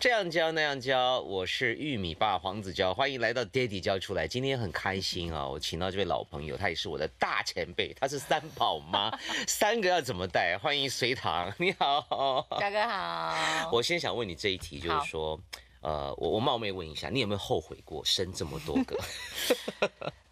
这样教那样教，我是玉米爸黄子佼，欢迎来到 Daddy 教出来。今天很开心啊，我请到这位老朋友，他也是我的大前辈，他是三宝 妈，三个要怎么带？欢迎隋唐，你好。 大哥好，我先想问你这一题，就是说，呃，我我冒昧问一下，你有没有后悔过生这么多 个？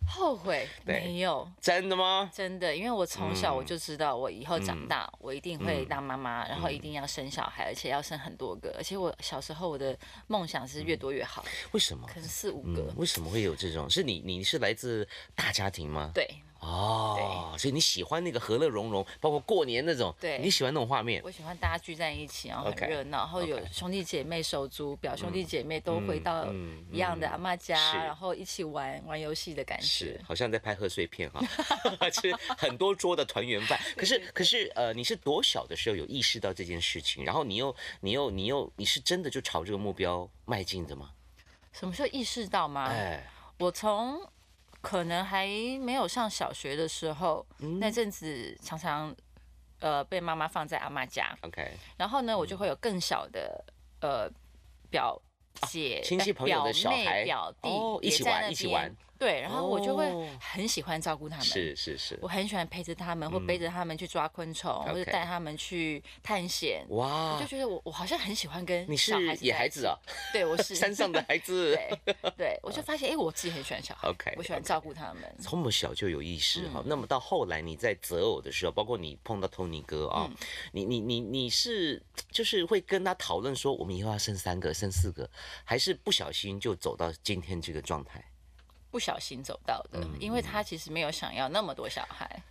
后悔对没有？真的吗？真的，因为我从小嗯我就知道，我以后长大、我一定会当妈妈，然后一嗯定要生小孩，而且要生很多个。而且我小时候我的梦想是越多越好，为什么可？能四五个。嗯，为什么会有这种？是你你是来自大家庭吗？对，哦，所以你喜欢那个和乐融融，包括过年那种，对你喜欢那种画面。我喜欢大家聚在一起，然后很 OK，热闹，然后有 OK 兄弟姐妹手足，表兄弟姐妹都回到嗯一样的嗯阿妈家，是然后一起玩玩游戏的感是觉，。好像在拍贺岁 片哈、 吃很多桌的团圆饭。可是可是呃，你是多小的时候有意识到这件事情，然后你又你又你又你是真的就朝这个目标迈进的吗？什么时候意识到吗？哎，我从可能还没有上小学的时候，嗯那阵子常常呃被妈妈放在阿妈家， OK，然后呢，我嗯就会有更小的呃表姐、哦亲戚朋友的小孩呃表妹、哦表弟一也起在那玩边，一起玩对，然后我就会哦很喜欢照顾他们。是是是我，很喜欢陪着他们，或背着他们去抓昆虫，或者 OK 带他们去探险。我哇就，觉得我我好像很喜欢跟你小孩是子 野在孩一子起啊，对我 是山上的孩子。对 对，我就发现，哎、我自己很喜欢小孩嗯 OK，我喜欢 OK 照顾他们。这么小就有意识嗯哈、那么到后来你在择偶的时候，包括你碰到 Tony 哥啊、嗯你你你你是就是会跟他讨论说，我们以后要生三个、生四个，还是不小心就走到今天这个状态？不小心走到的，嗯因为他其实没有想要那么多小孩，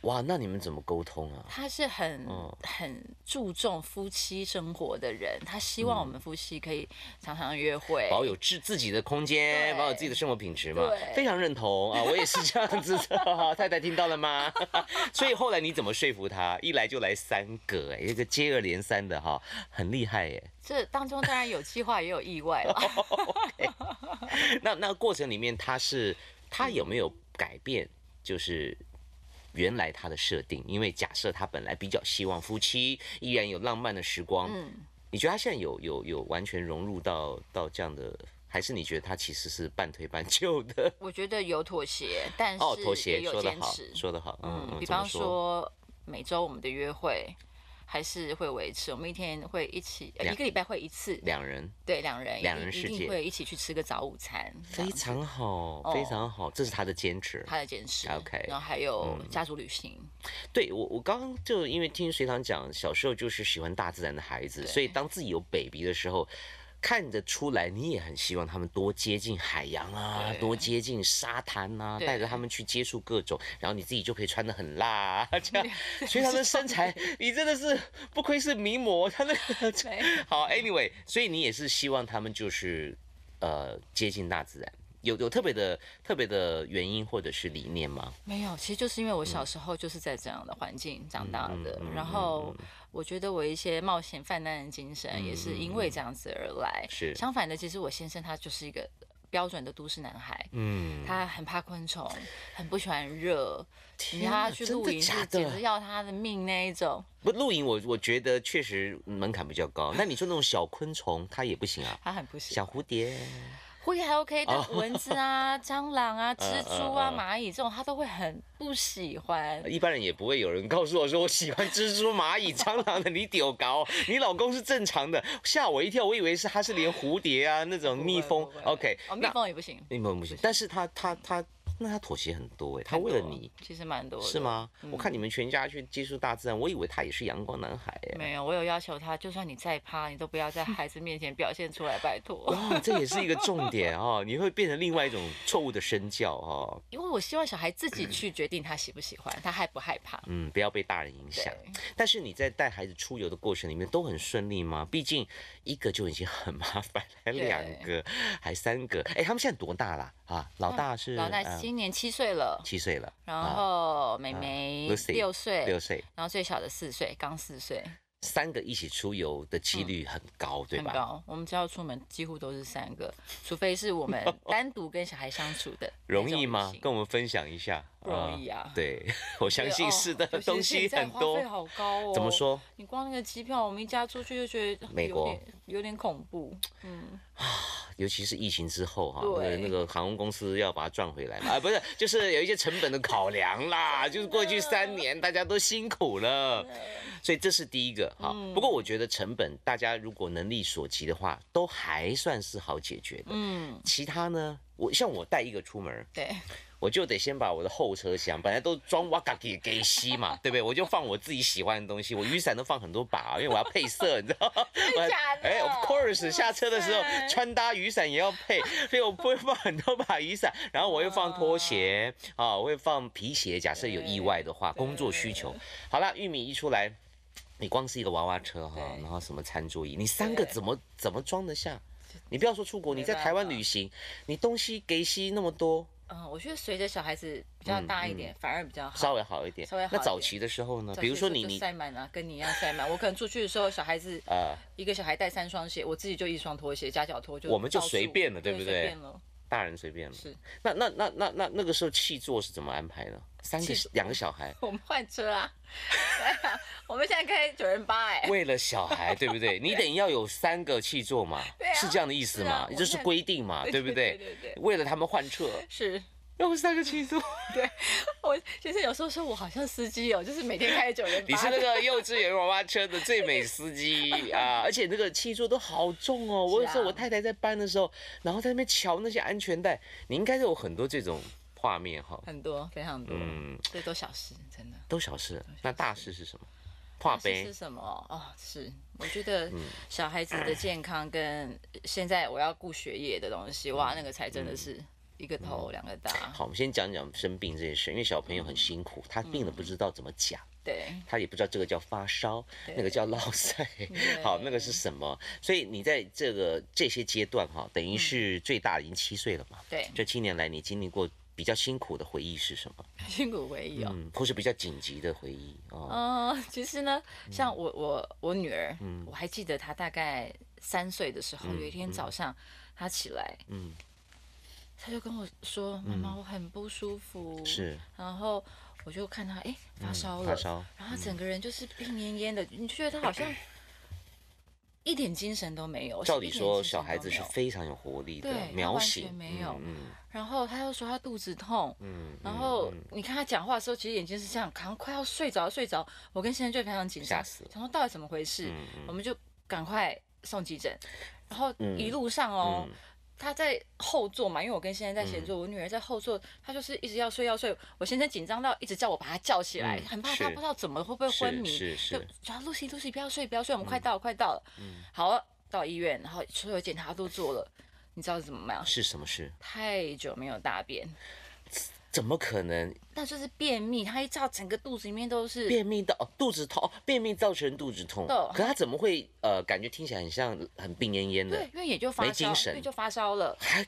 哇，那你们怎么沟通啊？他是很、很注重夫妻生活的人，他希望我们夫妻可以常常约会，嗯保有自自己的空间，对保有自己的生活品质嘛，对非常认同啊！我也是这样子的， 太太听到了吗？所以后来你怎么说服他？一来就来三个、哎，这个接二连三的哈、很厉害耶、这当中当然有计划也有意外 了。那那过程里面，他是他有没有改变？就是原来他的设定，因为假设他本来比较希望夫妻依然有浪漫的时光，嗯，你觉得他现在有有有完全融入到到这样的，还是你觉得他其实是半推半就的？我觉得有妥协，但是哦，妥协也有说得坚好持，。说得好，嗯嗯，嗯，比怎么方说每周我们的约会还是会维持，我们一天会一起，呃两一个礼拜会一次，两人对，两人一两定人世一界定会一起去吃个早午餐，这非样子哦常好，非常好，这是他的坚持。他的坚持 OK 嗯然后还有家族旅行， 对我，我刚刚就因为听隋唐讲，小时候就是喜欢大自然的孩子，所以当自己有 baby 的时候，看得出来，你也很希望他们多接近海洋啊，对多接近沙滩啊，对带着他们去接触各种，然后你自己就可以穿得很辣、啊， 这样。所以他们身材，你真的是不愧是名模，他那个对好，anyway，所以你也是希望他们就是呃接近大自然。有有特别的特别的原因或者是理念吗？没有，其实就是因为我嗯小时候就是在这样的环境长大的，然后我觉得我一些冒险泛滥的精神也是因为这样子而来。嗯是相反的，其实我先生他就是一个标准的都市男孩，嗯，他很怕昆虫，很不喜欢热，你啊让他去真露的营假是的简直要他的命那一种，不露营我，我觉得确实门槛比较高。那你说那种小昆虫，它也不行啊，他很不喜小欢。蝴蝶，蝴蝶还 OK，但蚊子 啊、蟑螂啊、蜘蛛啊、嗯嗯蚂蚁这种他都会很不喜欢。一般人也不会有人告诉我说我喜欢蜘蛛、蚂蚁、蟑螂的。你丢高，你老公是正常的，吓我一跳，我以为是他是连蝴蝶啊那种蜜蜂不会不会，OK，哦，蜜那蜂也不行。蜜蜂不行，但是他他他那他妥协很多哎，他很为了多你。其实蛮多的，嗯是？吗？我看你们全家去接触大自然，我以为他也是阳光男孩哎。没有，我有要求他，就算你再趴，你都不要在孩子面前表现出来，拜托。哇，这也是一个重点哦，你会变成另外一种错误的身教哦。 因为我希望小孩自己去决定他喜不喜欢，他害不害怕。嗯，不要被大人影响。对，但是你在带孩子出游的过程里面都很顺利吗？毕竟一个就已经很麻烦，还两个，还三个。哎，他们现在多大啦？啊，老大是嗯老大呃今年七岁了，七岁了，然后妹妹 Lucy，啊六岁，六岁，然后最小的四岁，刚四岁，三个一起出游的几率很高，对嗯很吧？高。我们只要出门，几乎都 是三个，除非是我们单独跟小孩相处的那种旅行。容易吗？跟我们分享一下。不容易啊。对， 我相哦信是的，东西很多。花费好高哦。怎么说？你光那个机票，我们一家出去就觉得美国有点有点恐怖。嗯，尤其是疫情之后哈、那个对那个航空公司要把它赚回来嘛，啊，不是，就是有一些成本的考量 啦，就是过去三年大家都辛苦了，嗯所以这是第一个哈。不过我觉得成本大家如果能力所及的话，都还算是好解决的。嗯，其他呢，我像我带一个出门儿，对，我就得先把我的后车厢，本来都装瓦嘎给给吸 嘛，对不对？我就放我自己喜欢的东西，我雨伞都放很多把，因为我要配色，你知 道吗？我还假的 哎，of course，哇下车的时候塞穿搭雨伞也要配， 所以我不会放很多把雨伞，然后我会放拖鞋啊，我会放皮鞋，假设有意外的话，对工作需求。好啦，玉米一出来。你光是一个娃娃车哈，对然后什么餐桌椅，你三个对怎么怎么装得下？你不要说出国，你在办台湾法旅行，你东西给吸那么多，嗯，我觉得随着小孩子比较大一点，反而比较好。嗯稍微好一点。稍微好那一早点期的时候呢，早比如期说的时你候就你塞满啊，跟你一样塞满。我可能出去的时候，小孩子呃，一个小孩带三双鞋，我自己就一双拖鞋加脚拖就我们就到处随便了对对不对随便了，大人随便了。是那那那那那那个时候气座是怎么安排的？三个气座，两个小孩 我们换车啊，对啊，我们现在开九人八哎，为了小孩，对不 对？你得要有三个气座嘛，对啊是这样的意思是啊嘛？我这是看规定 嘛，对不对对？对对，为了他们换车，是。 要三个气座。我就是有时候说我好像司机哦，就是每天开九人八。你是那个幼稚园娃娃车的最美司 机啊！而且那个气座都好重哦。我有时候是啊我太太在搬的时候，然后在那边瞧那些安全带，你应该有很多这种画面 哈。很多非常多，嗯，这都小事，真的。都小事。那大事是什么？画是杯是。什么？哦，是，我觉得嗯小孩子的健康跟现在我要顾学业的东西，哇，那个才真的是一个头两个大。嗯好，我们先讲讲生病这件事，因为小朋友很辛苦，他嗯病了不知道怎么讲，对，他也不知道这个叫发烧，对那个叫落腮， 好，那个是什么？所以你在这个这些阶段哈，等嗯于是最大已经七岁了嘛？对这七年来你经历过比较辛苦的回忆是什么？辛苦回忆哦。嗯，或是比较紧急的回忆哦，嗯， 其实呢，嗯像我我我女儿，我还记得她大概三岁的时候，有一天早上她起来，嗯，她就跟我说：“妈妈，我很不舒服。”是嗯然后我就看他，哎、发烧了，发烧嗯然后他整个人就是病恹恹的，你就觉得他 好像一点精神都没有。照是一理点说精神小都孩子没是有非常有活力的对，他描完写全没有嗯然后他又说他肚子痛，嗯然后你看他讲话的时候，其实眼睛是这样，好像快要睡着睡着。我跟先生就非常紧吓张，死了想说到底怎么回事，嗯我们就赶快送急诊。然后一路上哦，嗯他在后座嘛，因为我跟先生在前座，我女儿在后座，她就是一直要睡要睡。我先生紧张到一直叫我把她叫起来，嗯很怕是她不知道怎么会不会昏迷，是是嗯就是叫露西露西不要睡不要睡，我们快到了、快到了。好了，到医院，然后所有检查都做了，你知道怎么吗？是什么事？太久没有大便，怎么可能那就是便秘，他一照整个肚子里面都是便秘到、哦肚子痛，便秘造成肚子痛对。可他怎么会呃，感觉听起来很像很病恹恹对的，，因为也就发没精烧，神因为就发烧了，还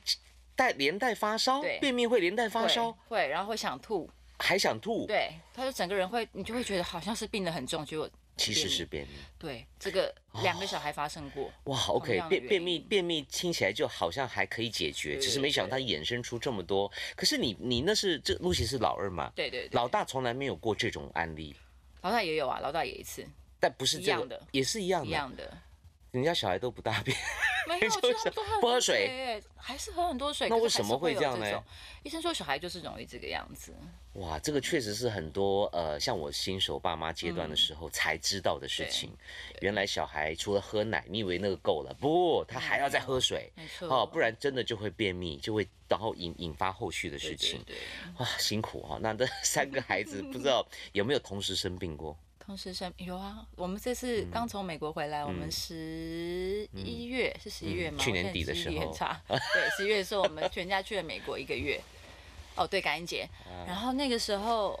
带连带发烧对，便秘会连带发对烧，会，然后会想吐，还想吐，对，他就整个人会，你就会觉得好像是病得很重，结果其实是便秘。对这个哦两个小孩发生过，哇，OK，样的便原便秘因便秘听起来就好像还可以解决，对只是没想到它衍生出这么多。可是你你那是这露西是老二嘛？对对对，老大从来没有过这种案例，老大也有啊，老大也一次但不是一这样个的，也是一样一的。样 的，人家小孩都不大便，没有，我觉得他们都喝很不喝多水水耶，还是喝很多水，那可是为什么还是会会有这样呢种？医生说小孩就是容易这个样子，哇，这个确实是很多呃，像我新手爸妈阶嗯段的时候才知道的事情。原来小孩除了喝奶，你以为那个够了，不，他还要再嗯喝水。没错，哦，不然真的就会便秘，就会然后引引发后续的事对对情对，哇，辛苦哈、哦。那 这三个孩子不知道有没有同时生病过？同时生有啊，我们这嗯次刚从美国回来，我们十一月、是十一月吗？嗯去我年现在底的记忆时力候 很差。对，十一月的时候我们全家去了美国一个月。哦，对，感恩节。啊然后那个时候，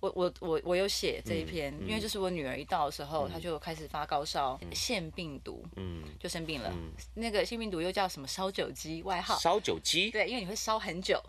我我我我有写这嗯一篇，因为就是我女儿一到的时候，她就开始发高烧，腺病毒嗯，就生病了。那个腺病毒又叫什么烧酒鸡外号？烧酒鸡，对，因为你会烧很久，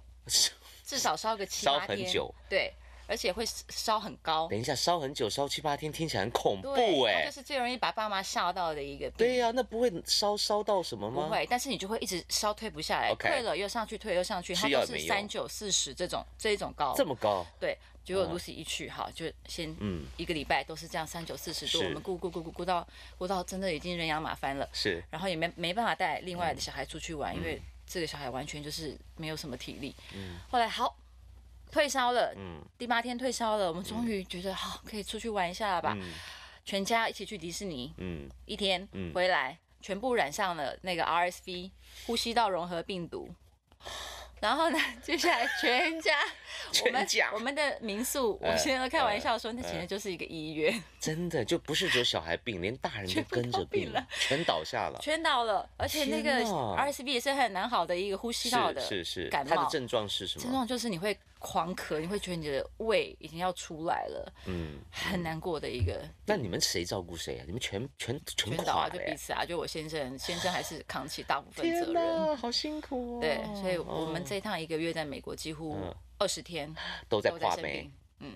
至少烧个七烧八很天久。对，而且会烧很高。等一下烧很久，烧七八天，听起来很恐怖对，它哎就。是最容易把爸妈吓到的一个病。对呀、那不会烧烧到什么吗？不会，但是你就会一直烧退不下来 OK 退了又上去，退又上去，它吃药也都是没三用九四十这种这一种高。这么高，对，结果啊 Lucy 一去，好，就先嗯，一个礼拜都是这样三九四十度，是我们顾顾顾顾顾到顾到真的已经人仰马翻了，是然后也没没办法带另嗯外的小孩出去玩，因为这个小孩完全就是没有什么体力。后来好。退烧了，嗯第八天退烧了，我们终于觉得好、可以出去玩一下了吧，嗯全家一起去迪士尼嗯，一天，嗯回来全部染上了那个 RSV 呼吸道融合病毒，然后呢， 接下来全家我们 全家我们的民宿，我呃现在开玩笑说，呃那简直就是一个医院， 真的就不是只有小孩病，连大人都全部跟都着病病了，全倒下了。全倒了，而且那个天哪 RSV 也是很难好的一个呼吸道的是是是，感他冒的。症状是什症么？状就是你会狂咳，你会觉得你的胃已经要出来了，嗯，很难过的一个那你们谁照顾谁啊？你们全全全全倒垮啊，就了彼耶！此啊，就我先生，先生还是扛起大部分责欸天任。哪，好辛苦哦。对，所以我们哦这一趟一个月在美国几乎嗯二十天都在都在跨生美病，，嗯，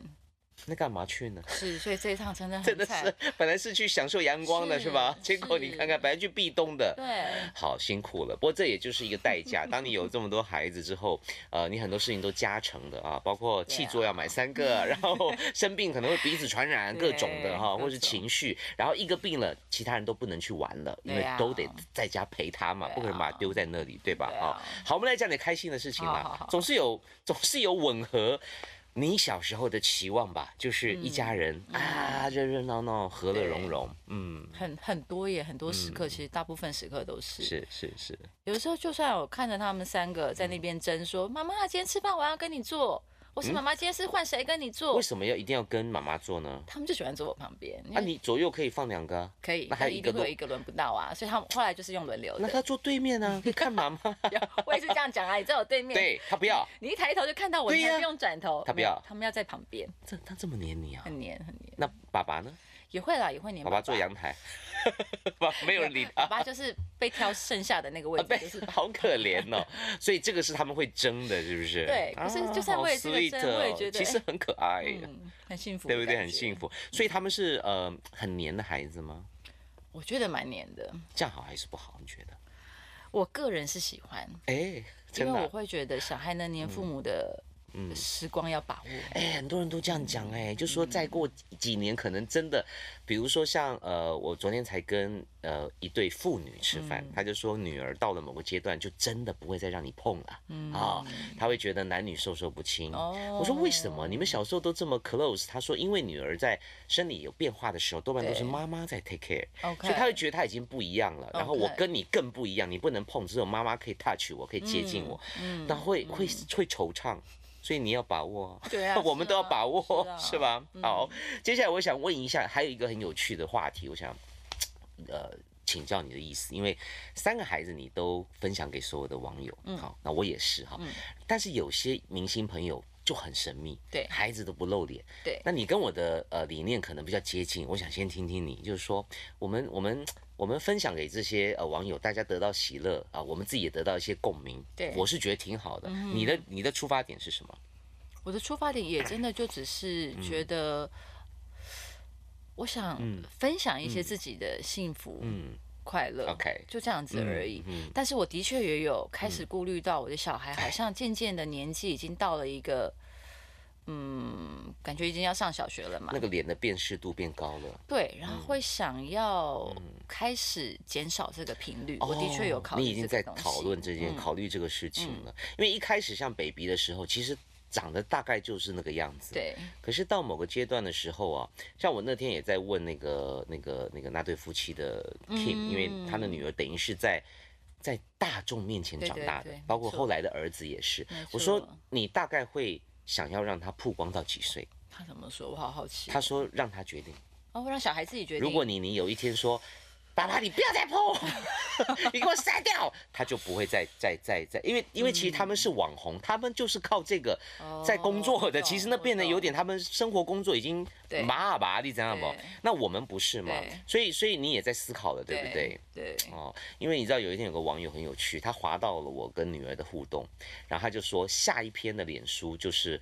那干嘛去呢？是，所以这一趟真的真很的惨是，，本来是去享受阳光的是吧？是结果你是看看，本来去避冬的，对， 好辛苦了。不过这也就是一个代价。当你有这么多孩子之后，呃，你很多事情都加成的啊，包括对气啊座要买三个，然 后生病可能会彼此传染各种对的哈，各或是情绪，然后一个病了，其他人都不能去玩了，因对为啊都得在家陪他嘛，对不可能把啊他丢在那里，对吧？对啊啊，好，我们来讲点开心的事情好好啦好，总是有总是有吻合。你小时候的期望吧，就是一家人、啊，热热闹闹，和乐嗯对融融，嗯，很很多也很多时刻，其实大部分时刻都是，是是是，有时候就算我看着他们三个在那嗯边争说，妈妈今天吃饭我要跟你坐，我说妈妈今天是换谁跟你坐为，什么要一定要跟妈妈做呢？他们就喜欢坐我旁边，因那、为你左右可以放两个啊，可以，那还但有一一个定会有路一个轮不到啊，所以他们后来就是用轮流那 的，他坐对面 啊，可以看妈妈。我也是这样讲啊，你在我对面，对他不 要，你一抬头就看到我，对你还呀不用转头，他不没有要他们要在旁边，这他这么黏你啊？很黏很黏，那爸爸呢？也会啦，也会黏爸爸坐阳台， 爸没有人理爸他。爸就是被挑剩下的那个位啊，置，对就是，好可怜哦。所以这个是他们会争的，是不是？对可是就算啊为了好这个争 sweet 我也哦觉得哎其实很可爱，嗯，很幸福，对不对？很幸。福。所以他们是呃很黏的孩子吗？我觉得蛮黏的，这样好还是不好？你觉得？我个人是喜欢，哎，因真为的我啊，会觉得小孩能黏父母的嗯。时光要把握。哎，很多人都这样讲嗯哎，就说再过几几年可能真的，比如说像呃，我昨天才跟呃一对父女吃饭，嗯他就说女儿到了某个阶段就真的不会再让你碰了，啊，他会觉得男女授受不亲。嗯哦我说为什么你们小时候都这么 close？他说因为女儿在生理有变化的时候，多半都是对妈妈在 take care， OK，所以他会觉得他已经不一样了，然后我 OK 跟你更不一样，你不能碰，只有妈妈可以 touch 我，可以接近我，那会会会惆怅，所以你要把握啊。 对啊 我们都要是啊把握，是是啊吧？好，接下来我想问一下，还有一个很有趣的话题，我想，呃，请教你的意思，因为三个孩子你都分享给所有的网友，嗯好，那我也是哈，但是有些明星朋友就很神秘，对孩子都不露脸，对那你跟我的呃理念可能比较接近，我想先听听你，就是说我们我们我们分享给这些呃网友，大家得到喜乐啊、我们自己也得到一些共鸣，对嗯我是觉得挺好的。你的你的出发点是什么？我的出发点也真的就只是嗯觉得，我想分享一些自己的幸福、嗯快乐，OK 就这样子而已。嗯但是我的确也有开始顾虑到我的小孩，好像渐渐的年纪已经到了一个，嗯，感觉已经要上小学了嘛那。个嗯脸的辨识度变高了。对，然后会想要开始减少这个频率。我的确有考虑，嗯哦你已经在讨论这嗯件、考虑这个事情了。因为一开始像 baby 的时候，其实长得大概就是那个样子。。对，可是到某个阶段的时候啊，像我那天也在问那个、那个、那个那对夫妻的 Kim，、因为他的女儿等于是在在大众面前长大的，嗯对对对包括没错后来的儿子也是没错。我说你大概会想要让他曝光到几岁？他怎么说？我好好奇。他说让他决定。哦，让小孩自己决定。如果你你有一天说，爸爸你不要再碰我， 你给我删掉，他就不会再再再再，因为因为其实他们是网红，他们就是靠这个哦在工作的，我懂其实那变得有点他们生活工作已经对麻麻你知道不对？那我们不是嘛对，所以所以你也在思考了，对不对？对，哦，因为你知道有一天有个网友很有趣，他划到了我跟女儿的互动，然后他就说下一篇的脸书就是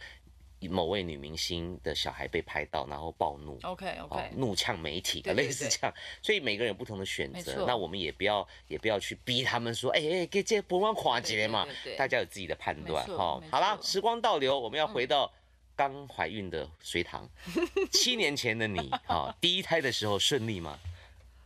某位女明星的小孩被拍到，然后暴怒， OK 哦 OK，，怒呛媒体，对对类似对这样。所以每个人有不同的选没择错，那我们也不要也不要去逼他们说，哎、哎，给这不忘垮节嘛对对对对大家有自己的判断没错哈没。错嗯好啦，时光倒流，我们要回到。刚怀孕的隋 唐，七年前的你，哈、第一胎的时候顺利吗？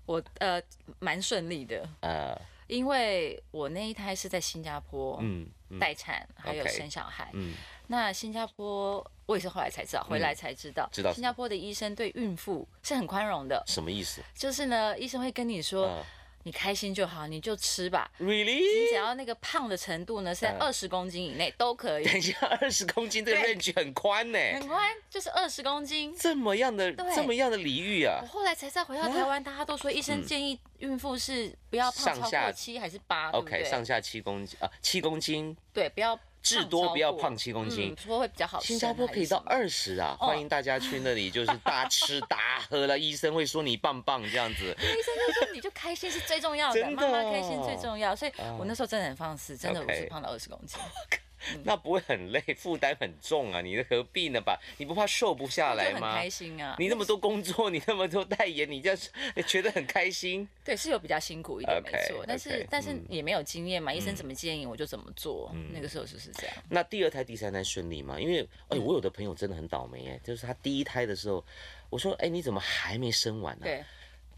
我呃蛮顺利的，呃，因为我那一胎是在新加坡嗯，嗯待产，还有 OK 生小孩。嗯，那新加坡我也是后来才知道，回来才知道，知道新加坡的医生对孕妇是很宽容的，什么意思？就是呢，医生会跟你说， 呃你开心就好，你就吃 吧。你 只，really？要那个胖的程度呢是在嗯二十公斤以内都可以，等一下，二十公斤这个对 range 很宽呢、很宽，就是二十公斤。这么样的对这么样的礼遇啊嗯我，后来才知道，回到台湾，大家都说医生建议孕妇是不要胖上超下过七还是八，对不 OK，上对？下七公斤啊，七公斤，对，不要至胖多超不要过胖七公斤嗯说会比较好生还是新什么。加坡可以到二十啊！哦欢迎大家去那里，就是大吃大喝了，医生会说你棒棒这样子。 医生就说你就开心是最重要的，真的妈哦妈开心最重要。所以啊我那时候真的很放肆，真的 OK 我是胖了二十公斤，嗯那不会很累，负担很重啊！你何必呢吧？你不怕瘦不下我就来很吗？开心啊。你那么多工作，你那么多代言，你这样觉得很开心？对是有比较辛苦一点，没 OK，错，但 OK，是但是嗯也没有经验嘛，医生怎么建议我就怎么做，那个时候就是这样。那第二胎、第三胎顺利吗？因为哎、嗯我有的朋友真的很倒霉哎、就是他第一胎的时候，我说哎、你怎么还没生完呢、对，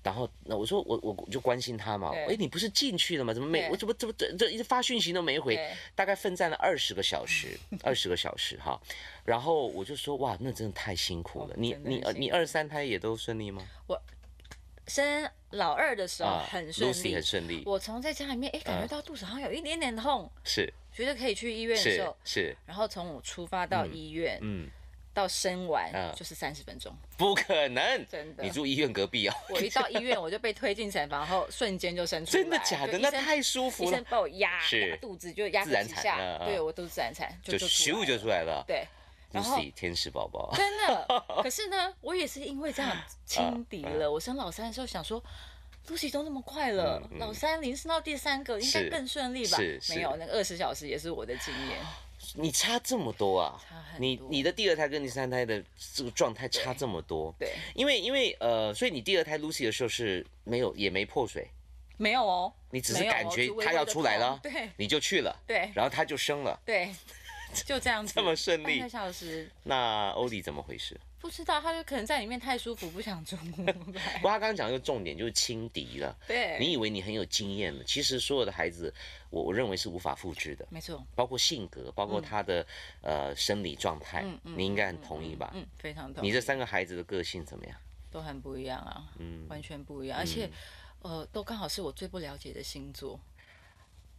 然后那我说我我我就关心他嘛，对哎、你不是进去了吗？怎么没对我怎么怎么这这一直发讯息都没回对？大概奋战了二十个小时，二十个小时哈。然后我就说哇，那真的太辛苦了。哦你真的你很呃辛苦你二三胎也都顺利吗？啊生老二的时候哦很顺 Lucy 利很，顺利，啊我从在家里面哎感觉到肚子好像有一点点痛，是觉得可以去医院的时是候，是，然后从我出发到医院嗯，到生完嗯就是三十分钟，不可能，真的你。住医院隔壁啊？我一到医院我就被推进产房后，瞬间就生出来，真的假就的？医那生太舒医服了生，把我压是压肚子，就压自个然几产下，嗯嗯对我都是自然产，就就就咻就出来了。来了。对，然后 Lucy 天使宝宝，真 的。可是呢，我也是因为这啊样轻敌了。我生老三的时候想说。露西都那么快了，嗯嗯老三临生到第三个应该是更顺利吧是？是没有，那个二十小时也是我的经验，你差这么多啊！差很多。你你的第二胎跟第三胎的这个状态差这么多，对因为因为呃，所以你第二胎 Lucy 的时候是没有也没破水，没有哦，你只是没有哦感觉就微微她要地出来了痛对你就去了，对然后她就生了，对，就这样子，这么顺利半个小时那欧弟怎么回事？不知道，他就可能在里面太舒服，不想出不 来。过他刚刚讲的重点就是轻敌了，对，你以为你很有经验了，其实所有的孩子，我我认为是无法复制的。没错，包括性格，包括他的、呃生理状态，嗯嗯你应该很同意吧？嗯，非常同意。你这三个孩子的个性怎么样？都很不一样啊，嗯完全不一样，而且，呃，都刚好是我最不了解的星座。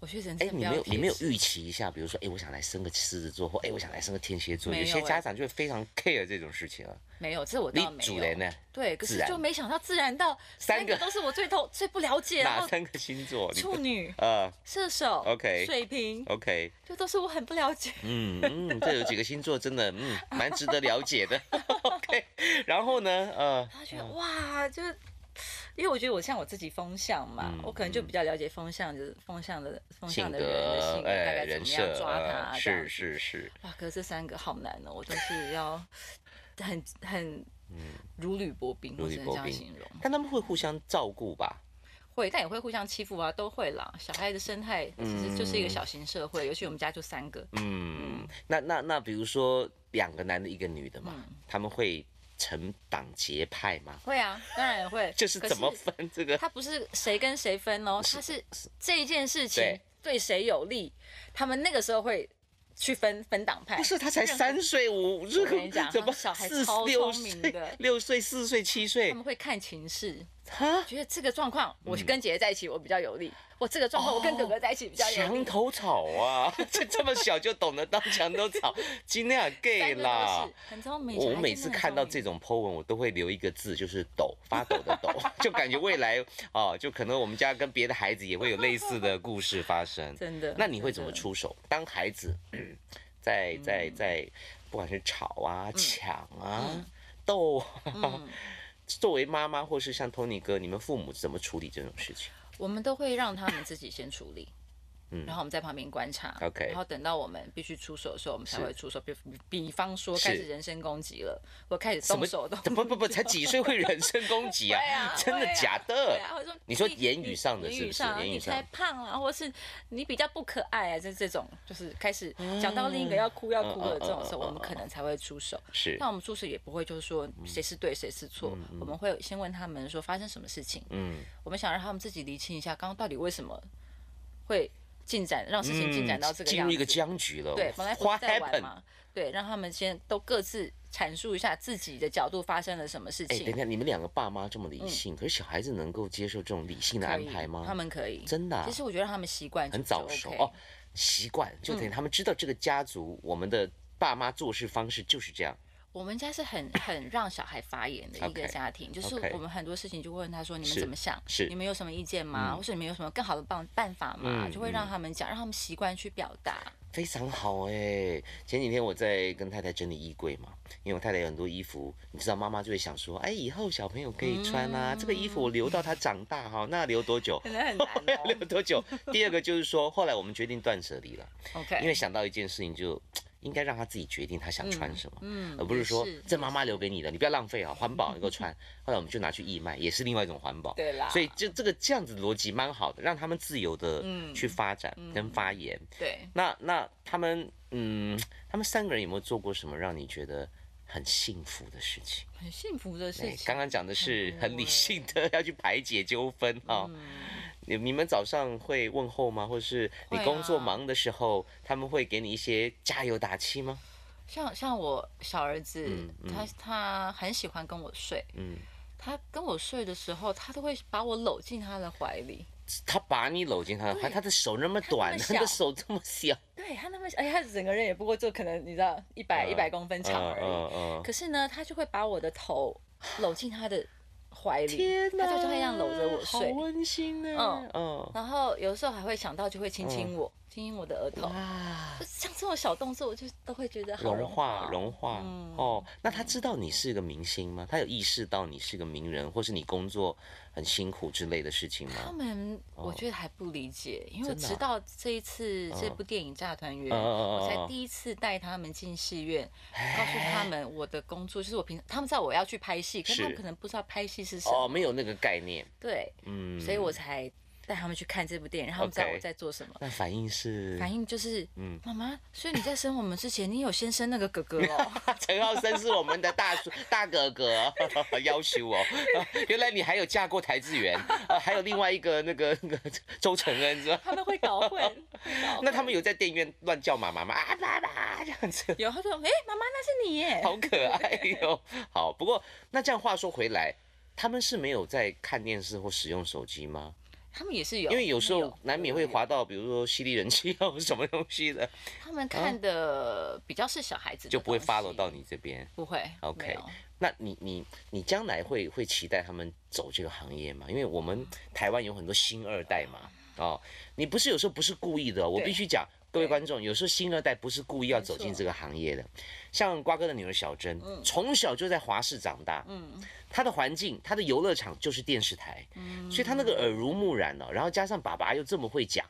我觉得人哎、生不你要没有你没有贴纸预期一下，比如说，哎、我想来生个狮子座，或哎、我想来生个天蝎座，没有有些哎家长就会非常 care 这种事情啊。没有，这我你倒没主有。人呢？对，可自是然就没想到自然到三三个个都是我最头最不了解，然哪后三个星座？你处不 女、呃射手、 OK 水瓶， ，OK，这都是我很不了解。嗯嗯，这有几个星座真的嗯蛮值得了解的。OK，然后呢，呃，他觉得哇，就是。因为我觉得我像我自己风向嘛，嗯我可能就比较了解风向的风向的风性向的人的性格格，大哎概怎人么样设抓呃他这样是子是是，哇，可是这三个好难哦，我都是要很很如履薄冰，嗯如我履只能这薄样冰形容。但他们会互相照顾吧？会，但也会互相欺负啊，都会啦。小孩的生态其实就是一个小型社会，尤其我们家就三个，嗯，那那那比如说两个男的，一个女的嘛，嗯他们会成党结派吗？会啊，当然也会。就是可怎么分这个？他不是谁跟谁分哦，他是这一件事情对对谁有利，他们那个时候会去分分党派不。是，他才三岁五，这 跟你讲个怎么小孩四超六聪明岁的六岁、四岁、七他岁们，会看情势，哈，觉得这个状况我嗯跟姐姐在一起我比较有利，我这个状况我跟哥哥在一起比较有利墙。头草啊， 这这么小就懂得当墙头 草，今天很 gay 三个都啦是。很聪明。我每次看到这种，种 po 文，我都会留一个字，就是抖，发抖的 抖，就感觉未来哦，就可能我们家跟别的孩子也会有类似的故事发生。真的嗯那你会怎么真的出手？当孩子嗯在在在，不管是吵啊、抢啊、斗啊，嗯，作为妈妈或是像 Tony 哥，你们父母怎么处理这种事情？嗯我们都会让他们自己先处理。然后我们在旁边观察 OK 然后等到我们必须出手的时候，我们才是会出手。比比比方说开是始人身攻击了，我开始怎么动手动怎么不不才几岁会人身攻击啊 对啊？真的对啊假的对？啊，我说你说言语上的你是言不语是上啊，言语你上太胖啊，或是你比较不可爱啊，这这种就是开始讲到另一个要哭要嗯哭嗯了嗯这种时候，嗯嗯我们可能才会出手。是那，我们出手也不会就是说嗯谁是对谁是错，我们会先问他们说发生什么事情，嗯，我们想让他们自己厘清一下，刚刚到底为什么会进展，让事情进展到这个嗯进样入子。一个僵局了。对，本来不是 What 在玩 happened？嘛，对，让他们先都各自阐述一下自己的角度发生了什么事哎，等情一，下，你们两个爸妈这么理性，可是小孩子能够接受这种理性的嗯可安以排吗？他们可以，真的啊其实我觉得让他们习惯就很就早熟 OK 嗯哦，习惯就等于他们知道这个家族，我们的爸妈做事方式就是这样。我们家是很很让小孩发言的一个 OK，家庭就是 OK 我们很多事情就问他说你们是怎么想，是你们有什么意见吗？或者你们有什么更好的办办法吗？嗯就会让他们讲，让他们习惯去表达。 非常好哎、前几天我在跟太太整理衣柜嘛，因为我太太有很多衣服，你知道妈妈就会想说，哎，以后小朋友可以穿嗯啊，这个衣服我留到他长大哈，那留多 久？可能很难 留哦。多久？第二个就是说，后来我们决定断舍离了， OK，因为想到一件事情就，应该让他自己决定他想穿什么，嗯而不是说也是这妈妈留给你的，你不要浪费啊，环保你 给我穿。后来我们就拿去义卖，也是另外一种环保。对啦，所以就这个这样子逻辑蛮好的，让他们自由的嗯去发展跟发言。对那那他们嗯，他们三个人有没有做过什么让你觉得很幸福的事情？很幸福的事对，情。哎刚刚讲的是很嗯很多理欸性的要去排解纠纷啊。你你们早上会问候吗？或是你会啊工作忙的时候，他们会给你一些加油打气吗？像像我小儿子，嗯嗯他他很喜欢跟我睡，嗯，他跟我睡的时候，他都会把我搂进他的怀里。他把你搂进他的怀，对他的手那么那么短，他的小手这么小，对他那么，哎，他整个人也不过就可能你知道一百一百公分长而已。嗯可是呢，他就会把我的头搂进他的怀里，他嗯就会这样搂着我好睡。温馨呢。嗯嗯，然后有时候还会想到，就会亲亲我，亲亲我的额头。哇就，像这种小动作，我就都会觉得好融化，融化。嗯哦，那他知道你是个明星吗？他有意识到你是个名人，或是你工作很辛苦之类的事情他吗？们哦我觉得还不理解，因为我真的啊嗯直到这一次这部电影《炸团圆》，嗯嗯嗯嗯嗯我才第一次带他们进戏院，哎告诉他们我的工作就是我平，他们知道我要去拍戏，可是是他们可能不知道拍戏是什哦，么，没有那个概念。对，嗯，所以我才带他们去看这部电影，让他们知道 OK 我在做什么。那反应是反应就是，嗯妈妈，所以你在生我们之前，你有先生那个哥哥哦， 陈浩森是我们的大叔大哥哥， 要求哦， 原来你还有嫁过台志远，啊还有另外一个那个那个 周承恩 是吧？他们会搞混。会搞混那他们有在电影院乱叫妈妈吗？啊爸爸这样子， 有他说，哎、妈妈那是你耶，好可爱哟、好，不过那这样话说回来，他们是没有在看电视或使用手机吗？他们也是有，因为有时他们候难免会滑到，比如说犀利人气啊，或什么东西的，他们看的比较是小孩子的就不会东西 follow 到，你这边。不会 OK 没有那你你你将来会会期待他们走这个行业吗？因为我们台湾有很多新二代嘛，哦，你不是有时候不是故意的哦、我对必须讲各位对观众，有时候新二代不是故意要没走进错这个行业的，像瓜哥的女儿小珍，从小就在华视长大，嗯，她的环境，她的游乐场就是电视台，嗯所以她那个耳濡目染哦，然后加上爸爸又这么会讲，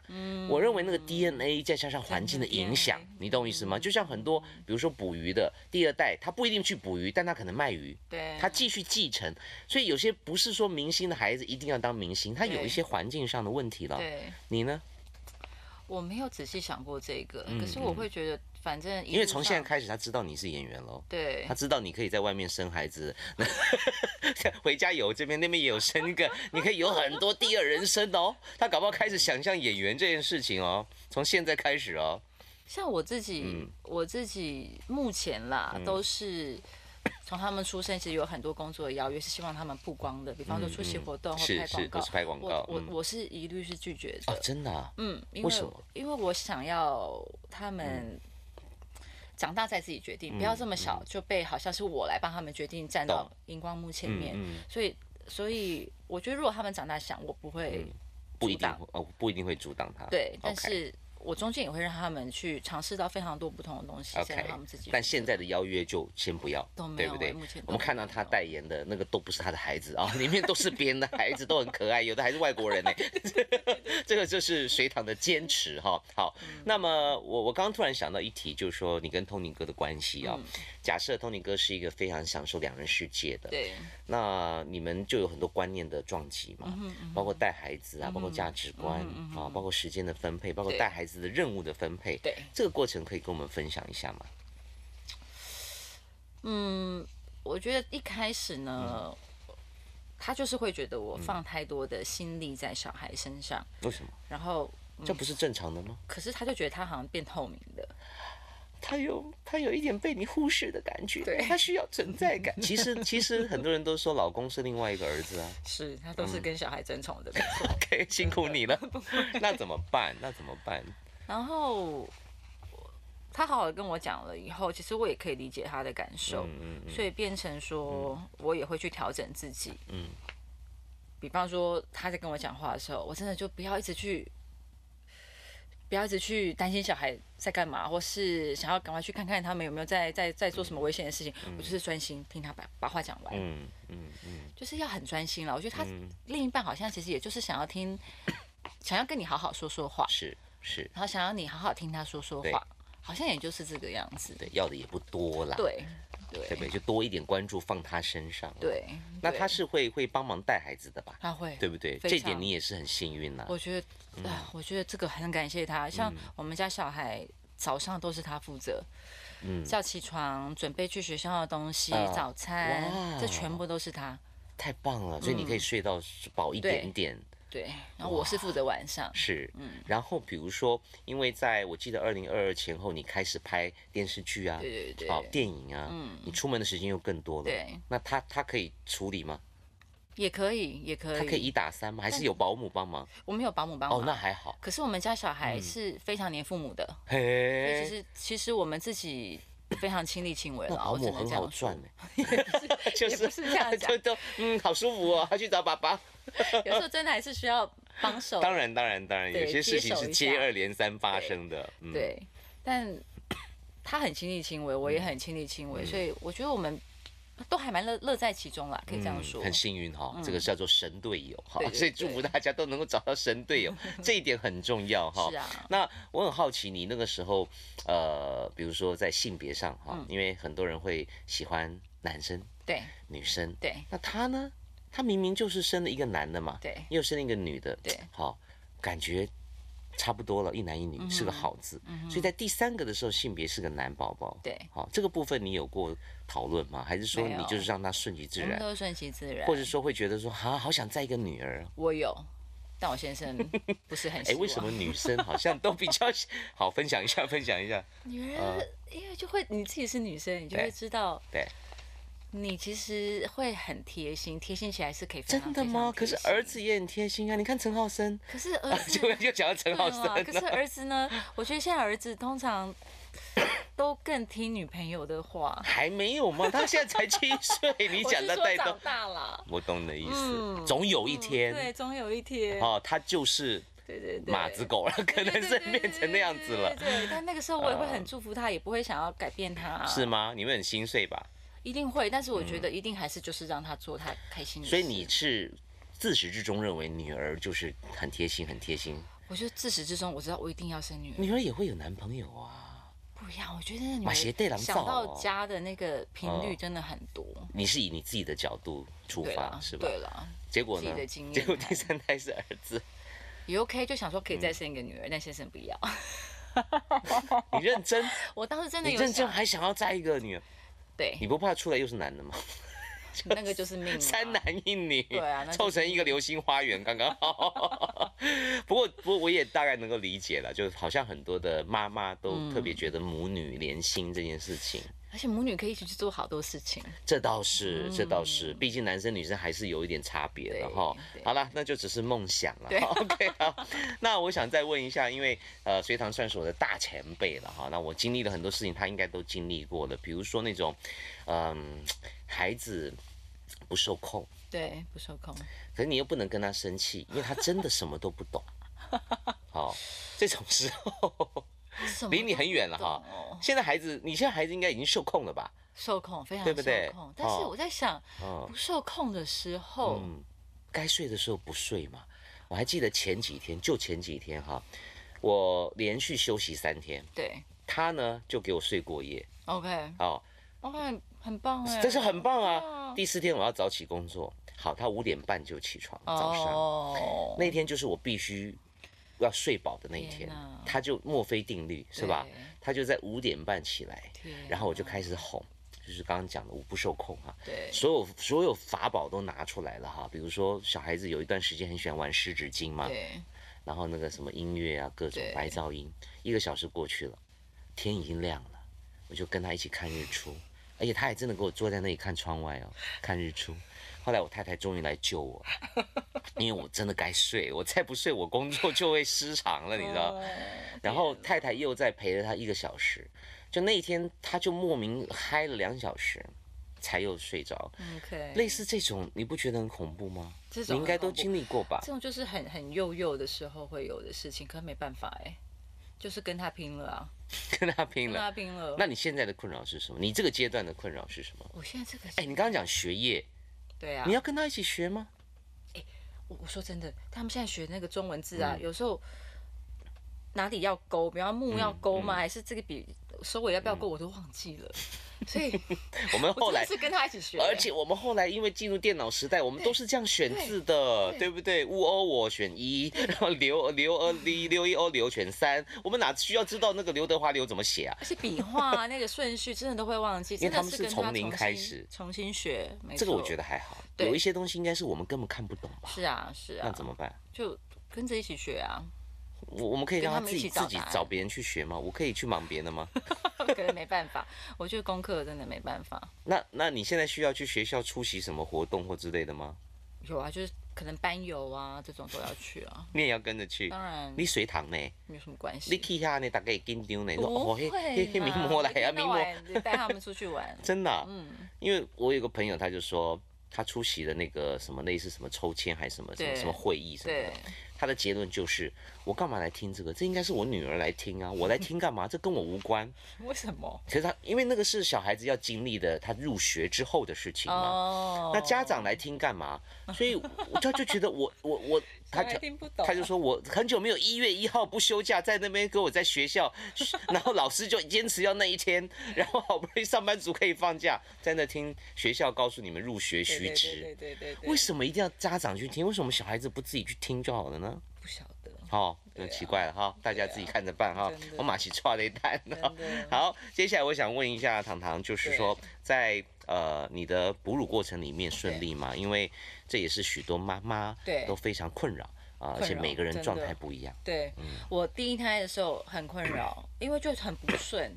我认为那个 DNA 再加上环境的影响嗯真的，你懂我意嗯思吗？就像很多比如说捕鱼的第二代，他不一定去捕鱼，但他可能卖鱼，对，他继续继承，所以有些不是说明星的孩子一定要当明星，他有一对些环境上的问题了。对，你呢？我没有仔细想过这个，嗯可是我会觉得，反正一路因为从现在上，开始，他知道你是演员喽。对他，知道你可以在外面生孩子， 回家有这边那边也有生一个，你可以有很多第二人生哦。他搞不好开始想象演员这件事情哦，从现在开始哦。像我自己，嗯我自己目前啦，都是。从他们出生，其实有很多工作的邀约是希望他们曝光的，比方说出席活动或嗯是拍是广告。或是拍广告我我嗯我是一律是拒绝哦的，。真的、啊，嗯，因为什么嗯因为我想要他们长大再自己决定，不要这么小就被好像是我来帮他们决定站到懂荧光幕前嗯面。嗯，所以，所以我觉得如果他们长大想，我不会不一定阻挡会哦，不一定会阻挡他。对，嗯但 OK，是我中间也会让他们去尝试到非常多不同的东西，再让 OK，他们自己。但现在的邀约就先不要都，没对有不对欸目前？都我们看到没他有代言的那个都不是他的孩子啊， 里面都是别人的孩子，都很可爱，有的还是外国人呢。 这个就是隋唐的坚持哈。好，那么我我刚刚突然想到一题，就是说你跟 Tony 哥的关系啊嗯，假设 Tony 哥是一个非常享受两人世界的，对，那你们就有很多观念的撞击嘛，包括带孩子啊，包括价值观嗯啊，包括时间的分配，包括对带孩子的任务的分配。对这个过程可以跟我们分享一下吗？嗯，我觉得一开始呢，嗯他就是会觉得我放太多的心力在小孩身上，为什么？然后，嗯这不是正常的吗？可是他就觉得他好像变透明的。他有他有一点被你忽视的感觉，对他需要存在感。 其实其实很多人都说老公是另外一个儿子啊。 是他都是跟小孩争宠的，没错。 OK，辛苦你 了。那怎么办？那怎么办？ 然后他好好地跟我讲了以后，其实我也可以理解他的感受，嗯嗯所以变成说我也会去调整自己。嗯比方说他在跟我讲话的时候，我真的就不要一直去。不要一直去担心小孩在干嘛，或是想要赶快去看看他们有没有在在在做什么危险的事情。我就是专心听他把把话讲完，嗯嗯嗯就是要很专心了。我觉得他嗯，另一半好像其实也就是想要听， 想要跟你好好说说话，是是，然后想要你好好听他说说对话，好像也就是这个样子。对，要的也不多啦，对对不对对？就多一点关注放他身上。，对，那对他是会会帮忙带孩子的吧？他会对不对？非这点常你也是很幸运呐。我觉得、啊，我觉得这个很感谢他。像我们家小孩早上都是他负责，嗯，叫起床、准备去学校的东西、啊早餐，这哇全部都是他。太棒了，所以你可以睡到饱一对点点。对，然后我是负责晚上。是，然后比如说，因为在我记得二零二二前后，你开始拍电视剧啊，对对好对电影啊，你出门的时间又更多了。嗯对，那他他可以处理吗？也可以，也可他以。可以一打三吗？还是有保姆帮忙？我们有保姆帮忙。哦，那嗯还好。可是我们家小孩是非常黏父母的，所以其嘿，实其实我们自己非常亲力亲为哎那了，保我只姆能很这好样说。赚 哎，就 也不是这样讲就 都嗯，好舒服哦，他去找爸 爸。有时候真的还是需要 帮手。当然，当然，当然，有哦对些事接情手是一接下二连三发对生的。嗯，对，但 他很亲力亲为，我也很亲力亲嗯为，所以我觉得我们都还蛮乐乐在其中啦，可以这样说。嗯嗯很幸运哈、这个叫做神队友哈对，对所以祝福大家都能够找到神队 友，这一点很重要哈。是啊那我很好奇，你那个时候，呃，比如说在性别上哈、嗯因为很多人会喜欢男生、对女生，对那他呢？他明明就是生了一个男的嘛，对又生了一个女的，对好，感觉差不多了，一男一嗯女、是个好字、所以在第三个的时候，性别是个男宝宝，对，好，这个部分你有过讨论吗？还是说没你有就是让他顺其自我们然？都是顺其自然。或者说会觉得说啊，好想再一个女儿。我有，但我先生不是很 喜哎，欢。为什么女生好像都比较 好？分享一下，分享一下。女人因为就会你自己是女生，你就呃对会知道对，你其实会很贴心，贴心起来是可以非常真的吗？可非是常贴心儿子也很贴心啊。你看陈浩 森，可 是儿子就又讲到对陈浩森啊嘛可是了。儿子呢？我觉得现在儿子通常都更听女朋友 的话。还没有 吗？他现在才七岁，你我讲是的说太长多。大了，我懂你的意思，嗯总有一对，天，总有一天，哦，他就是对对对，马子狗了，可对，能是变成那样子了对，对， 对对但那个时候我也会很嗯祝福他，也不会想要改变他，是？吗？你们很心碎吧？一定会，但是我觉得一定还是就是让他做他开心的事。嗯所以你是自始至终认为女儿就是很贴心，很贴心，我觉得自始至终我知道我一定要生女儿，女儿也会有男朋友啊。不一样。我觉得那女嘛是对儿人想造到哦家的那个频率哦真的很多，你是以你自己的角度出对发了，是吧对？了，结果呢自己的经？验结果谈第三胎是儿子，也 OK，就想说可以再嗯生一个女儿，但先生不要。你认真， 我当时真的你有认真想，还想要再一个女儿，对你，不怕出来又是男的吗？那个就是命啊。三男一女，嗯啊对啊那就是凑成一个流星花园刚刚好。 不过，不过我也大概能够理解了，就好像很多的妈妈都特别嗯觉得母女连心这件事情，而且母女可以一起去做好多事情。这倒是，这倒是，毕竟男生女生还是有一点差别的哈嗯对。对好了，那就只是梦想了对。 OK 好，那我想再问一下，因为呃，隋唐算是我的大前辈了哈，那我经历了很多事情，他应该都经历过了，比如说那种，嗯，孩子不受控，对，不受控。 可是你又不能跟他生气，因为他真的什么都不懂。好、这种时候什么离你都很远了不懂哈哦。现在孩子，你现在孩子应该已经受控了吧？受控非常对受不对控，但是哦我在想，嗯不受控的时候，嗯，该睡的时候不睡嘛。我还记得前几天，就前几天哈，我连续休息三天，对他呢就给我睡过夜，OK 哦， OK，很棒哎，这是很棒对啊。啊第四天我要早起工作，好，他五点半就起床，早上、哦，那天就是我必须要睡饱的那一天天哪，他就墨菲定律是吧对？他就在五点半起来，天然后我就开始哄，就是刚刚讲的我不受控啊哈、对所有所有法宝都拿出来了哈，比如说小孩子有一段时间很喜欢玩湿纸巾嘛，对然后那个什么音乐啊，各种对白噪音，一个小时过去了，天已经亮了，我就跟他一起看日出，而且他还真的给我坐在那里看窗外哦，看日出。后来我太太终于来救我，因为我真的该睡，我再不睡我工作就会失常了，你知哦道。然后太太又在陪了他一个小时，就那一天他就莫名嗨了两小时，才又睡着。 ，OK，类似这种，你不觉得很恐怖吗？这你种应该很都恐怖经历过吧？这种就是很很幼幼的时候会有的事情，可是没办法哎、就是跟他拼了啊，跟他拼跟了。他拼了。那你现在的困扰是什么？你这个阶段的困扰是什么？我现在这个，哎、你刚刚讲学业，对啊你，要跟他一起学吗？我我说真的，他们现在学那个中文字嗯啊，有时候哪里要勾，比方木要勾嗯吗？还是这个笔收尾要不要勾，我都忘 记了。所以我们嗯后我真来的，是跟他一起学、而且我们后来因为进入电脑时代，我们都是这样选字的，对不对？乌欧我选一，然后刘刘欧一刘一欧刘选三，我们哪需要知道那个刘德华刘怎么写啊？而且笔画、啊、那个顺序真的都会忘记，因为真他的们跟是他从零重新开始重新学。没这个我错觉得还好，对有一些东西应该是我们根本看不懂吧？是啊是那啊，怎么办？就跟着一起学啊， 我我们可以让他跟他们自己一起找自己答案找别人去学吗？我可以去忙别的吗？可能没办法，我觉得功课真的没办法。那那你现在需要去学校出席什么活动或之类的吗？有啊，就是可能班游啊这种都要去啊，你也要跟着去？当然你随堂呢？没有什么关系。你去遐呢，大概紧张呢。你说不哦，会迄啦，迄迄名模来啊，名一天到模，。晚就带他们出去玩 真的啊、嗯，因为我有个朋友，他就说他出席了那个什么类似什么抽签还是什么什么对什么会议什么对 的，，他的结论就是我干嘛来听这个？这应该是我女儿来听啊，我来听干嘛？这跟我无关。为什么？可是他因为那个是小孩子要经历的，他入学之后的事情嘛。哦，那家长来听干 嘛？所以我他就觉得我我我他小孩听不懂，啊他就说我很久没有一月一号不休假，在那边跟我在学校， 然后老师就坚持要那一天，然后好不容易上班族可以放假，在那听学校告诉你们入学须对知。对对对，为什么一定要家长去听？为什么小孩子不自己去听就好了呢？不晓 得？哦，那奇怪了哈，大家自己看着办哈啊真的。我马上抓了一单哈真的 好，接下来我想问一下糖糖，就是说对在呃你的哺乳过程里面顺利吗？因为这也是许多妈妈对都非常困扰啊，而困且扰每个人真状的态不一样。对我第一胎的时候很困扰，因为就很不顺。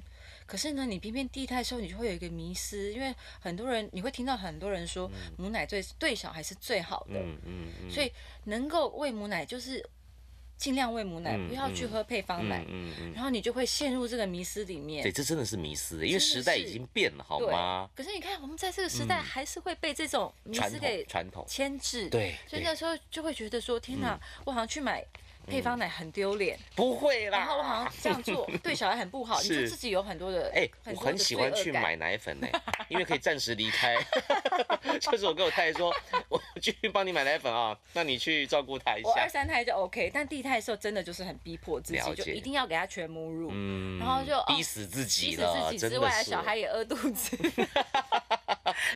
可是呢，你偏偏第一胎的时候，你就会有一个迷失，因为很多人你会听到很多人说母奶最对小孩是最好的，嗯嗯嗯，所以能够喂母奶就是尽量喂母奶，嗯不要去嗯喝配方奶嗯，嗯嗯，然后你就会陷入这个迷失里面对，。这真的是迷失，因真为的时代已是经变了，好对吗？可是你看，我们在这个时代还是会被这种嗯迷传失统给传统，牵制。对所对嗯以那时候就会觉得说，天哪，我好像去买配方奶很丢脸，不会啦。然后我好像这样做对小孩很不好，你就是自己有很多的哎、我多的很喜欢罪恶去感买奶粉 呢、因为可以暂时离开。 就是我跟我太太说， 我去帮你买奶粉啊，那你去照顾她一我二下。三胎就 OK，但第一胎的时候真的就是很逼迫自己了，就解一定要给他全母乳，嗯然后就逼哦死自逼己死了，自己真之的外，是小孩也饿肚 子。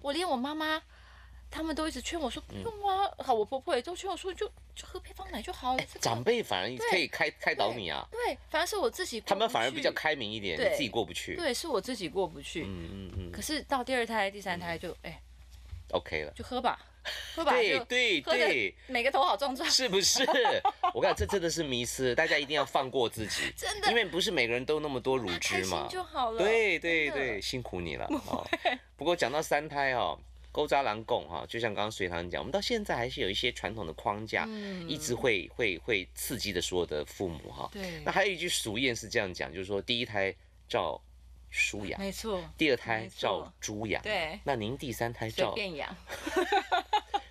我连我妈妈他们都一直劝我说嗯不用啊，好，我婆婆也都劝我说就就喝配方奶就好了。这个长辈反而可以对开开导你啊，对，反而是我自己过他们不反而比较去，开明一点，对你自己过不去。对，是我自己过不去。嗯嗯嗯可是到第二胎、第三胎就哎、 ，OK 了。就喝吧，喝吧， 对就对喝对的，每个头好壮壮。是不是？我跟你讲，这真的是迷失，大家一定要放过自己， 真的因为不是每个人都那么 多乳开汁心嘛。就好了。对对真的对，辛苦你了。哦、不过讲到三胎哦，勾扎狼共哈，就像刚刚隋唐讲，我们到现在还是有一些传统的框架，嗯一直会会会刺激的所有的父母哈、对那还有一句俗谚是这样讲，就是说第一胎照书养，没错，第二胎没错照猪养。对那您第三胎随照便养。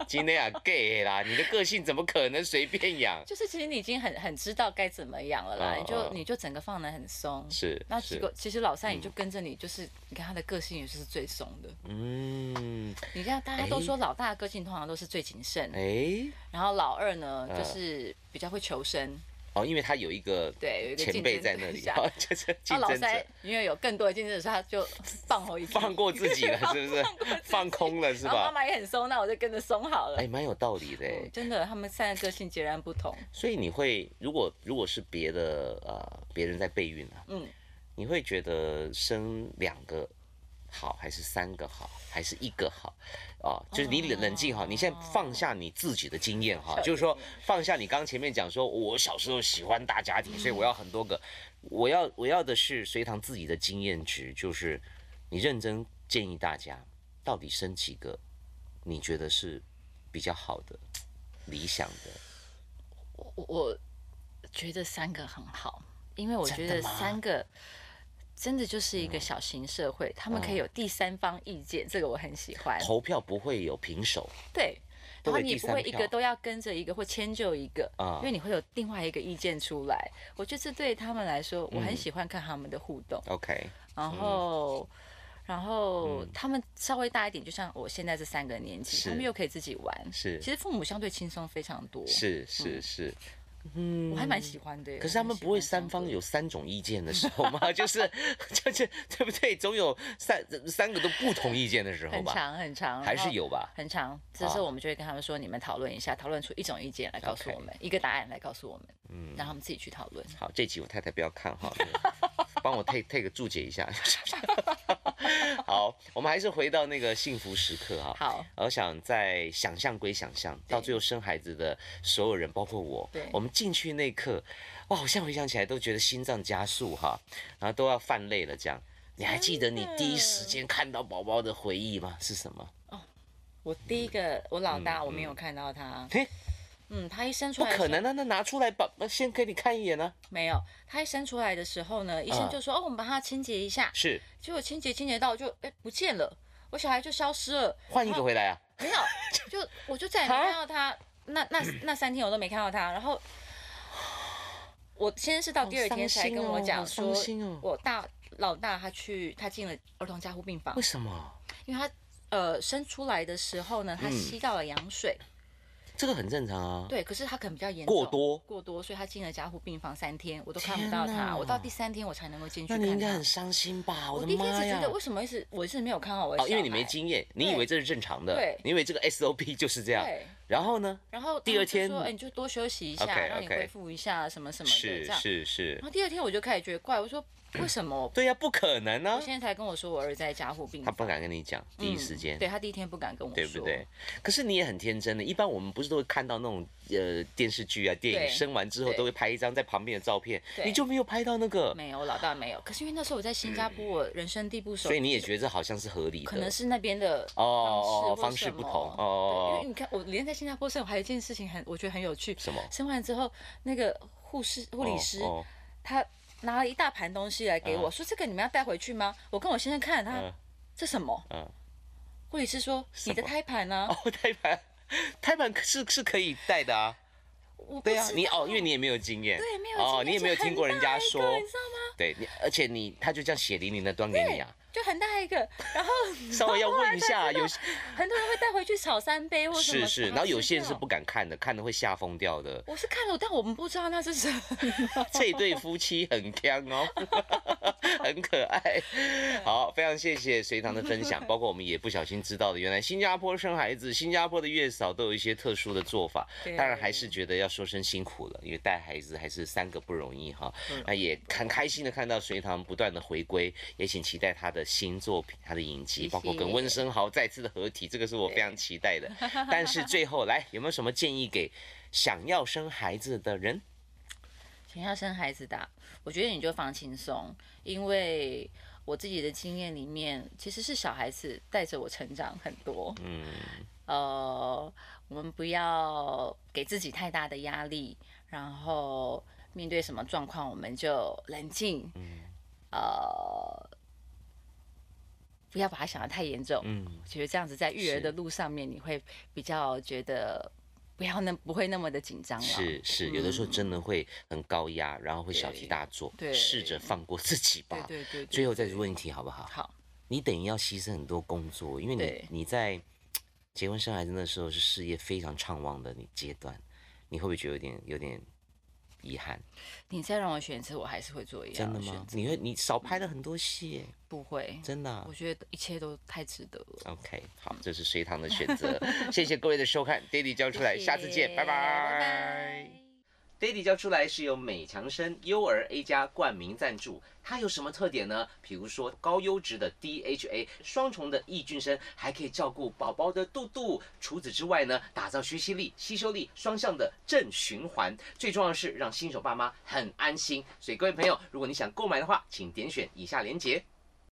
今天啊 gay 啦，你的个性怎么可能随便 养？就是其实你已经很很知道该怎么样了啦，嗯你就嗯你就整个放得很松。是，那是结果其实老三也就跟着你，就是你看他的个性也是最松的。嗯，你看大家都哎说老大的个性通常都是最谨慎，哎，然后老二呢嗯就是比较会求生，哦，因为他有一个对有一个前竞辈争在对那里，象哦 就是竞然后老争三者，因为有更多的竞争者，所以他就放后一击，放过自己 了，是不是？放空了是然后妈吧？妈也很松，那我就跟着松好了。哎，蛮有道理的哎。嗯真的，他们三个个性截然不同。所以你会，如果如果是别的呃，别人在备孕啊，嗯，你会觉得生两个好，还是三个好，还是一个好？啊、就是你冷冷静哈，你现在哦放下你自己的经验哈 小，就是说放下你刚前面讲说，我小时候喜欢大家庭，所以我要很多个，我要我要的是隋唐自己的经验值，就是你认真建议大家到底生几个，你觉得是比较好的、理想的。我我我觉得三个很好，因为我觉真得的吗嗯三个真的就是一个小型社会，他们可以有第三方意见，这个我很喜欢。投票不会有平手对。都给然后你也第不三会一票个都要跟着一个或迁就一个，啊因为你会有另外一个意见出来。我觉得这对他们来说，我嗯很喜欢看他们的互动。 ，OK，然后，然后他们稍微大一点，就像我现在这三个年嗯纪，是他们又可以自己玩。是其实父母相对轻松非常多，是是是，嗯我还蛮喜欢的耶。可是他们不会三我方很喜欢有三种意见的时候 吗？就是就是对不对？总有三三个都不同意见的时这候样子吧？很长哦很长，还是然后有啊吧？很长。这时候我们就会跟他们说，你们讨论一下，讨论出一种意见来告诉 OK 嗯我们，一个答案来告诉我们，让他们自己去讨论。好，这集我太太不要看 哈，帮我 take take 注解一下。 好，我们还是回到那个幸福时刻哈。好，我想在想象归想象，到最后生孩子的所有人，包括我对，我们进去那一刻，哇，我现在回想起来都觉得心脏加速哈，然后都要犯累了这样。你还记得你第一时间看到宝宝的回忆吗？是什么？我第一个，我老大，嗯我没有看到他嘿。嗯，他一生出不来的时候可能啊！那拿出来吧，先给你看一眼啊。没有，他一生出来的时候呢，医生就说：“哦，我们帮他清洁一下。”是，结果清洁清洁到就哎不见了，我小孩就消失了，换一个回来啊。没有，就我就再也没看到他。那那那三天我都没看到他，然后我先是到第二天才跟我讲说好伤心哦好伤心哦，我大老大他去他进了儿童加护病房为，什么？因为他呃生出来的时候呢，他嗯吸到了羊水，这个很正常啊。对，可是他可能比较严重，过多，过多，所以他进了加护病房三天，我都看天不到他，哪我到第三天我才能够进去那看你他。应该很伤心吧？我的第一开妈始觉呀！得为什么一直我一直没有看好我的哦，因为小你没孩经验，你以对为这是正常的对，你以为这个 SOP 就是这样。对，然后呢？然后第他们二就天说哎、你就多休息一下 OK，让你 OK 恢复一下什么什么的这是样。是是然，后第二天我就开始觉得怪，我 说为什么我？对呀、不可能啊我！现在才跟我说我儿子在加护病他房，嗯不敢跟你讲，第一时间。对他第一天不敢跟我说，对不对？？可是你也很天真的，一般我们不是都会看到那种呃电视剧啊、电对影，生完之后对都会拍一张在旁边的照片，对你就没有拍到那个，没有，我老大没有。可是因为那时候我在新加坡，我人生地不熟，所以你也觉得这好像是合理的，可能是那边的哦哦方方式式或不什同么哦哦对因哦为你看，我连在新加坡生，我还有一件事情很，我觉得很有趣。什么生完之后，那个护士、护理师，哦他拿了一大盘东西来给我，嗯说这个你们要带回去吗？我跟我先生看了他，嗯这什么？嗯护理师说什你么的胎盘呢、哦哦，胎盘，胎盘是是可以带的啊，我不对啊，知你道哦，因为你也没有经验，对没有哦，你经验也没有是很听过人家大一个说，你知道吗？对，你而且你他就这样血淋淋的端给你啊，就很大一个，然后 稍微要问一下，有 很多人会带回去炒三杯或什是么把它吃是，掉。然后有些人是不敢看的，看的会吓疯掉的。我是看了，但我们不知道那是什么。 这对夫妻很香哦， 很可爱。嗯好，非常谢谢隋唐的分 享，包括我们也不小心知道的，原来新加坡生孩子，新加坡的月嫂都有一些特殊的做法。对当然还是觉得要说声辛苦了，因为带孩子还是三个不容易哈。嗯那也很开心的看到隋唐不断的回归，也请期待他的新作品、他的影集，谢谢包括跟温升豪再次的合体，这个是我非常期待的。 但是最后来，有没有什么建议给想要生孩子的人？想要生孩子的啊，我觉得你就放轻松，因为我自己的经验里面，其实是小孩子带着我成长很多。嗯，呃，我们不要给自己太大的压力，然后面对什么状嗯况我们就冷静。呃，不要把它想得太严重。嗯我觉得这样子在育儿是的路上面，你会比较觉得不要那不会那么的紧张了。是是，有的时候真的会很高压，然后会小题嗯对大做，对试着放过自己对吧。对对对。最后再问一题好不好？好，你等于要牺牲很多工作，因为对你你在结婚生孩子那时候是事业非常畅旺的你阶段，你会不会觉得有点有点遗憾？你再让我选一次，我还是会做一真样的选吗？择。你会你少拍了很多戏耶，不会，真的啊、我嗯觉得一切都太值得了。 OK，好，这是隋唐的选 择，谢谢各位的收看，Daddy 教出来，下次见，拜拜拜。 Daddy 教出来是由美强生优儿 A 加冠名赞助，它有什么特点呢？比如说高优质的 DHA 双重的抑菌生，还可以照顾宝宝的肚肚。除此之外呢，打造学习力、吸收力双向的正循环。最重要的是让新手爸妈很安心。所以各位朋友，如果你想购买的话，请点选以下链接。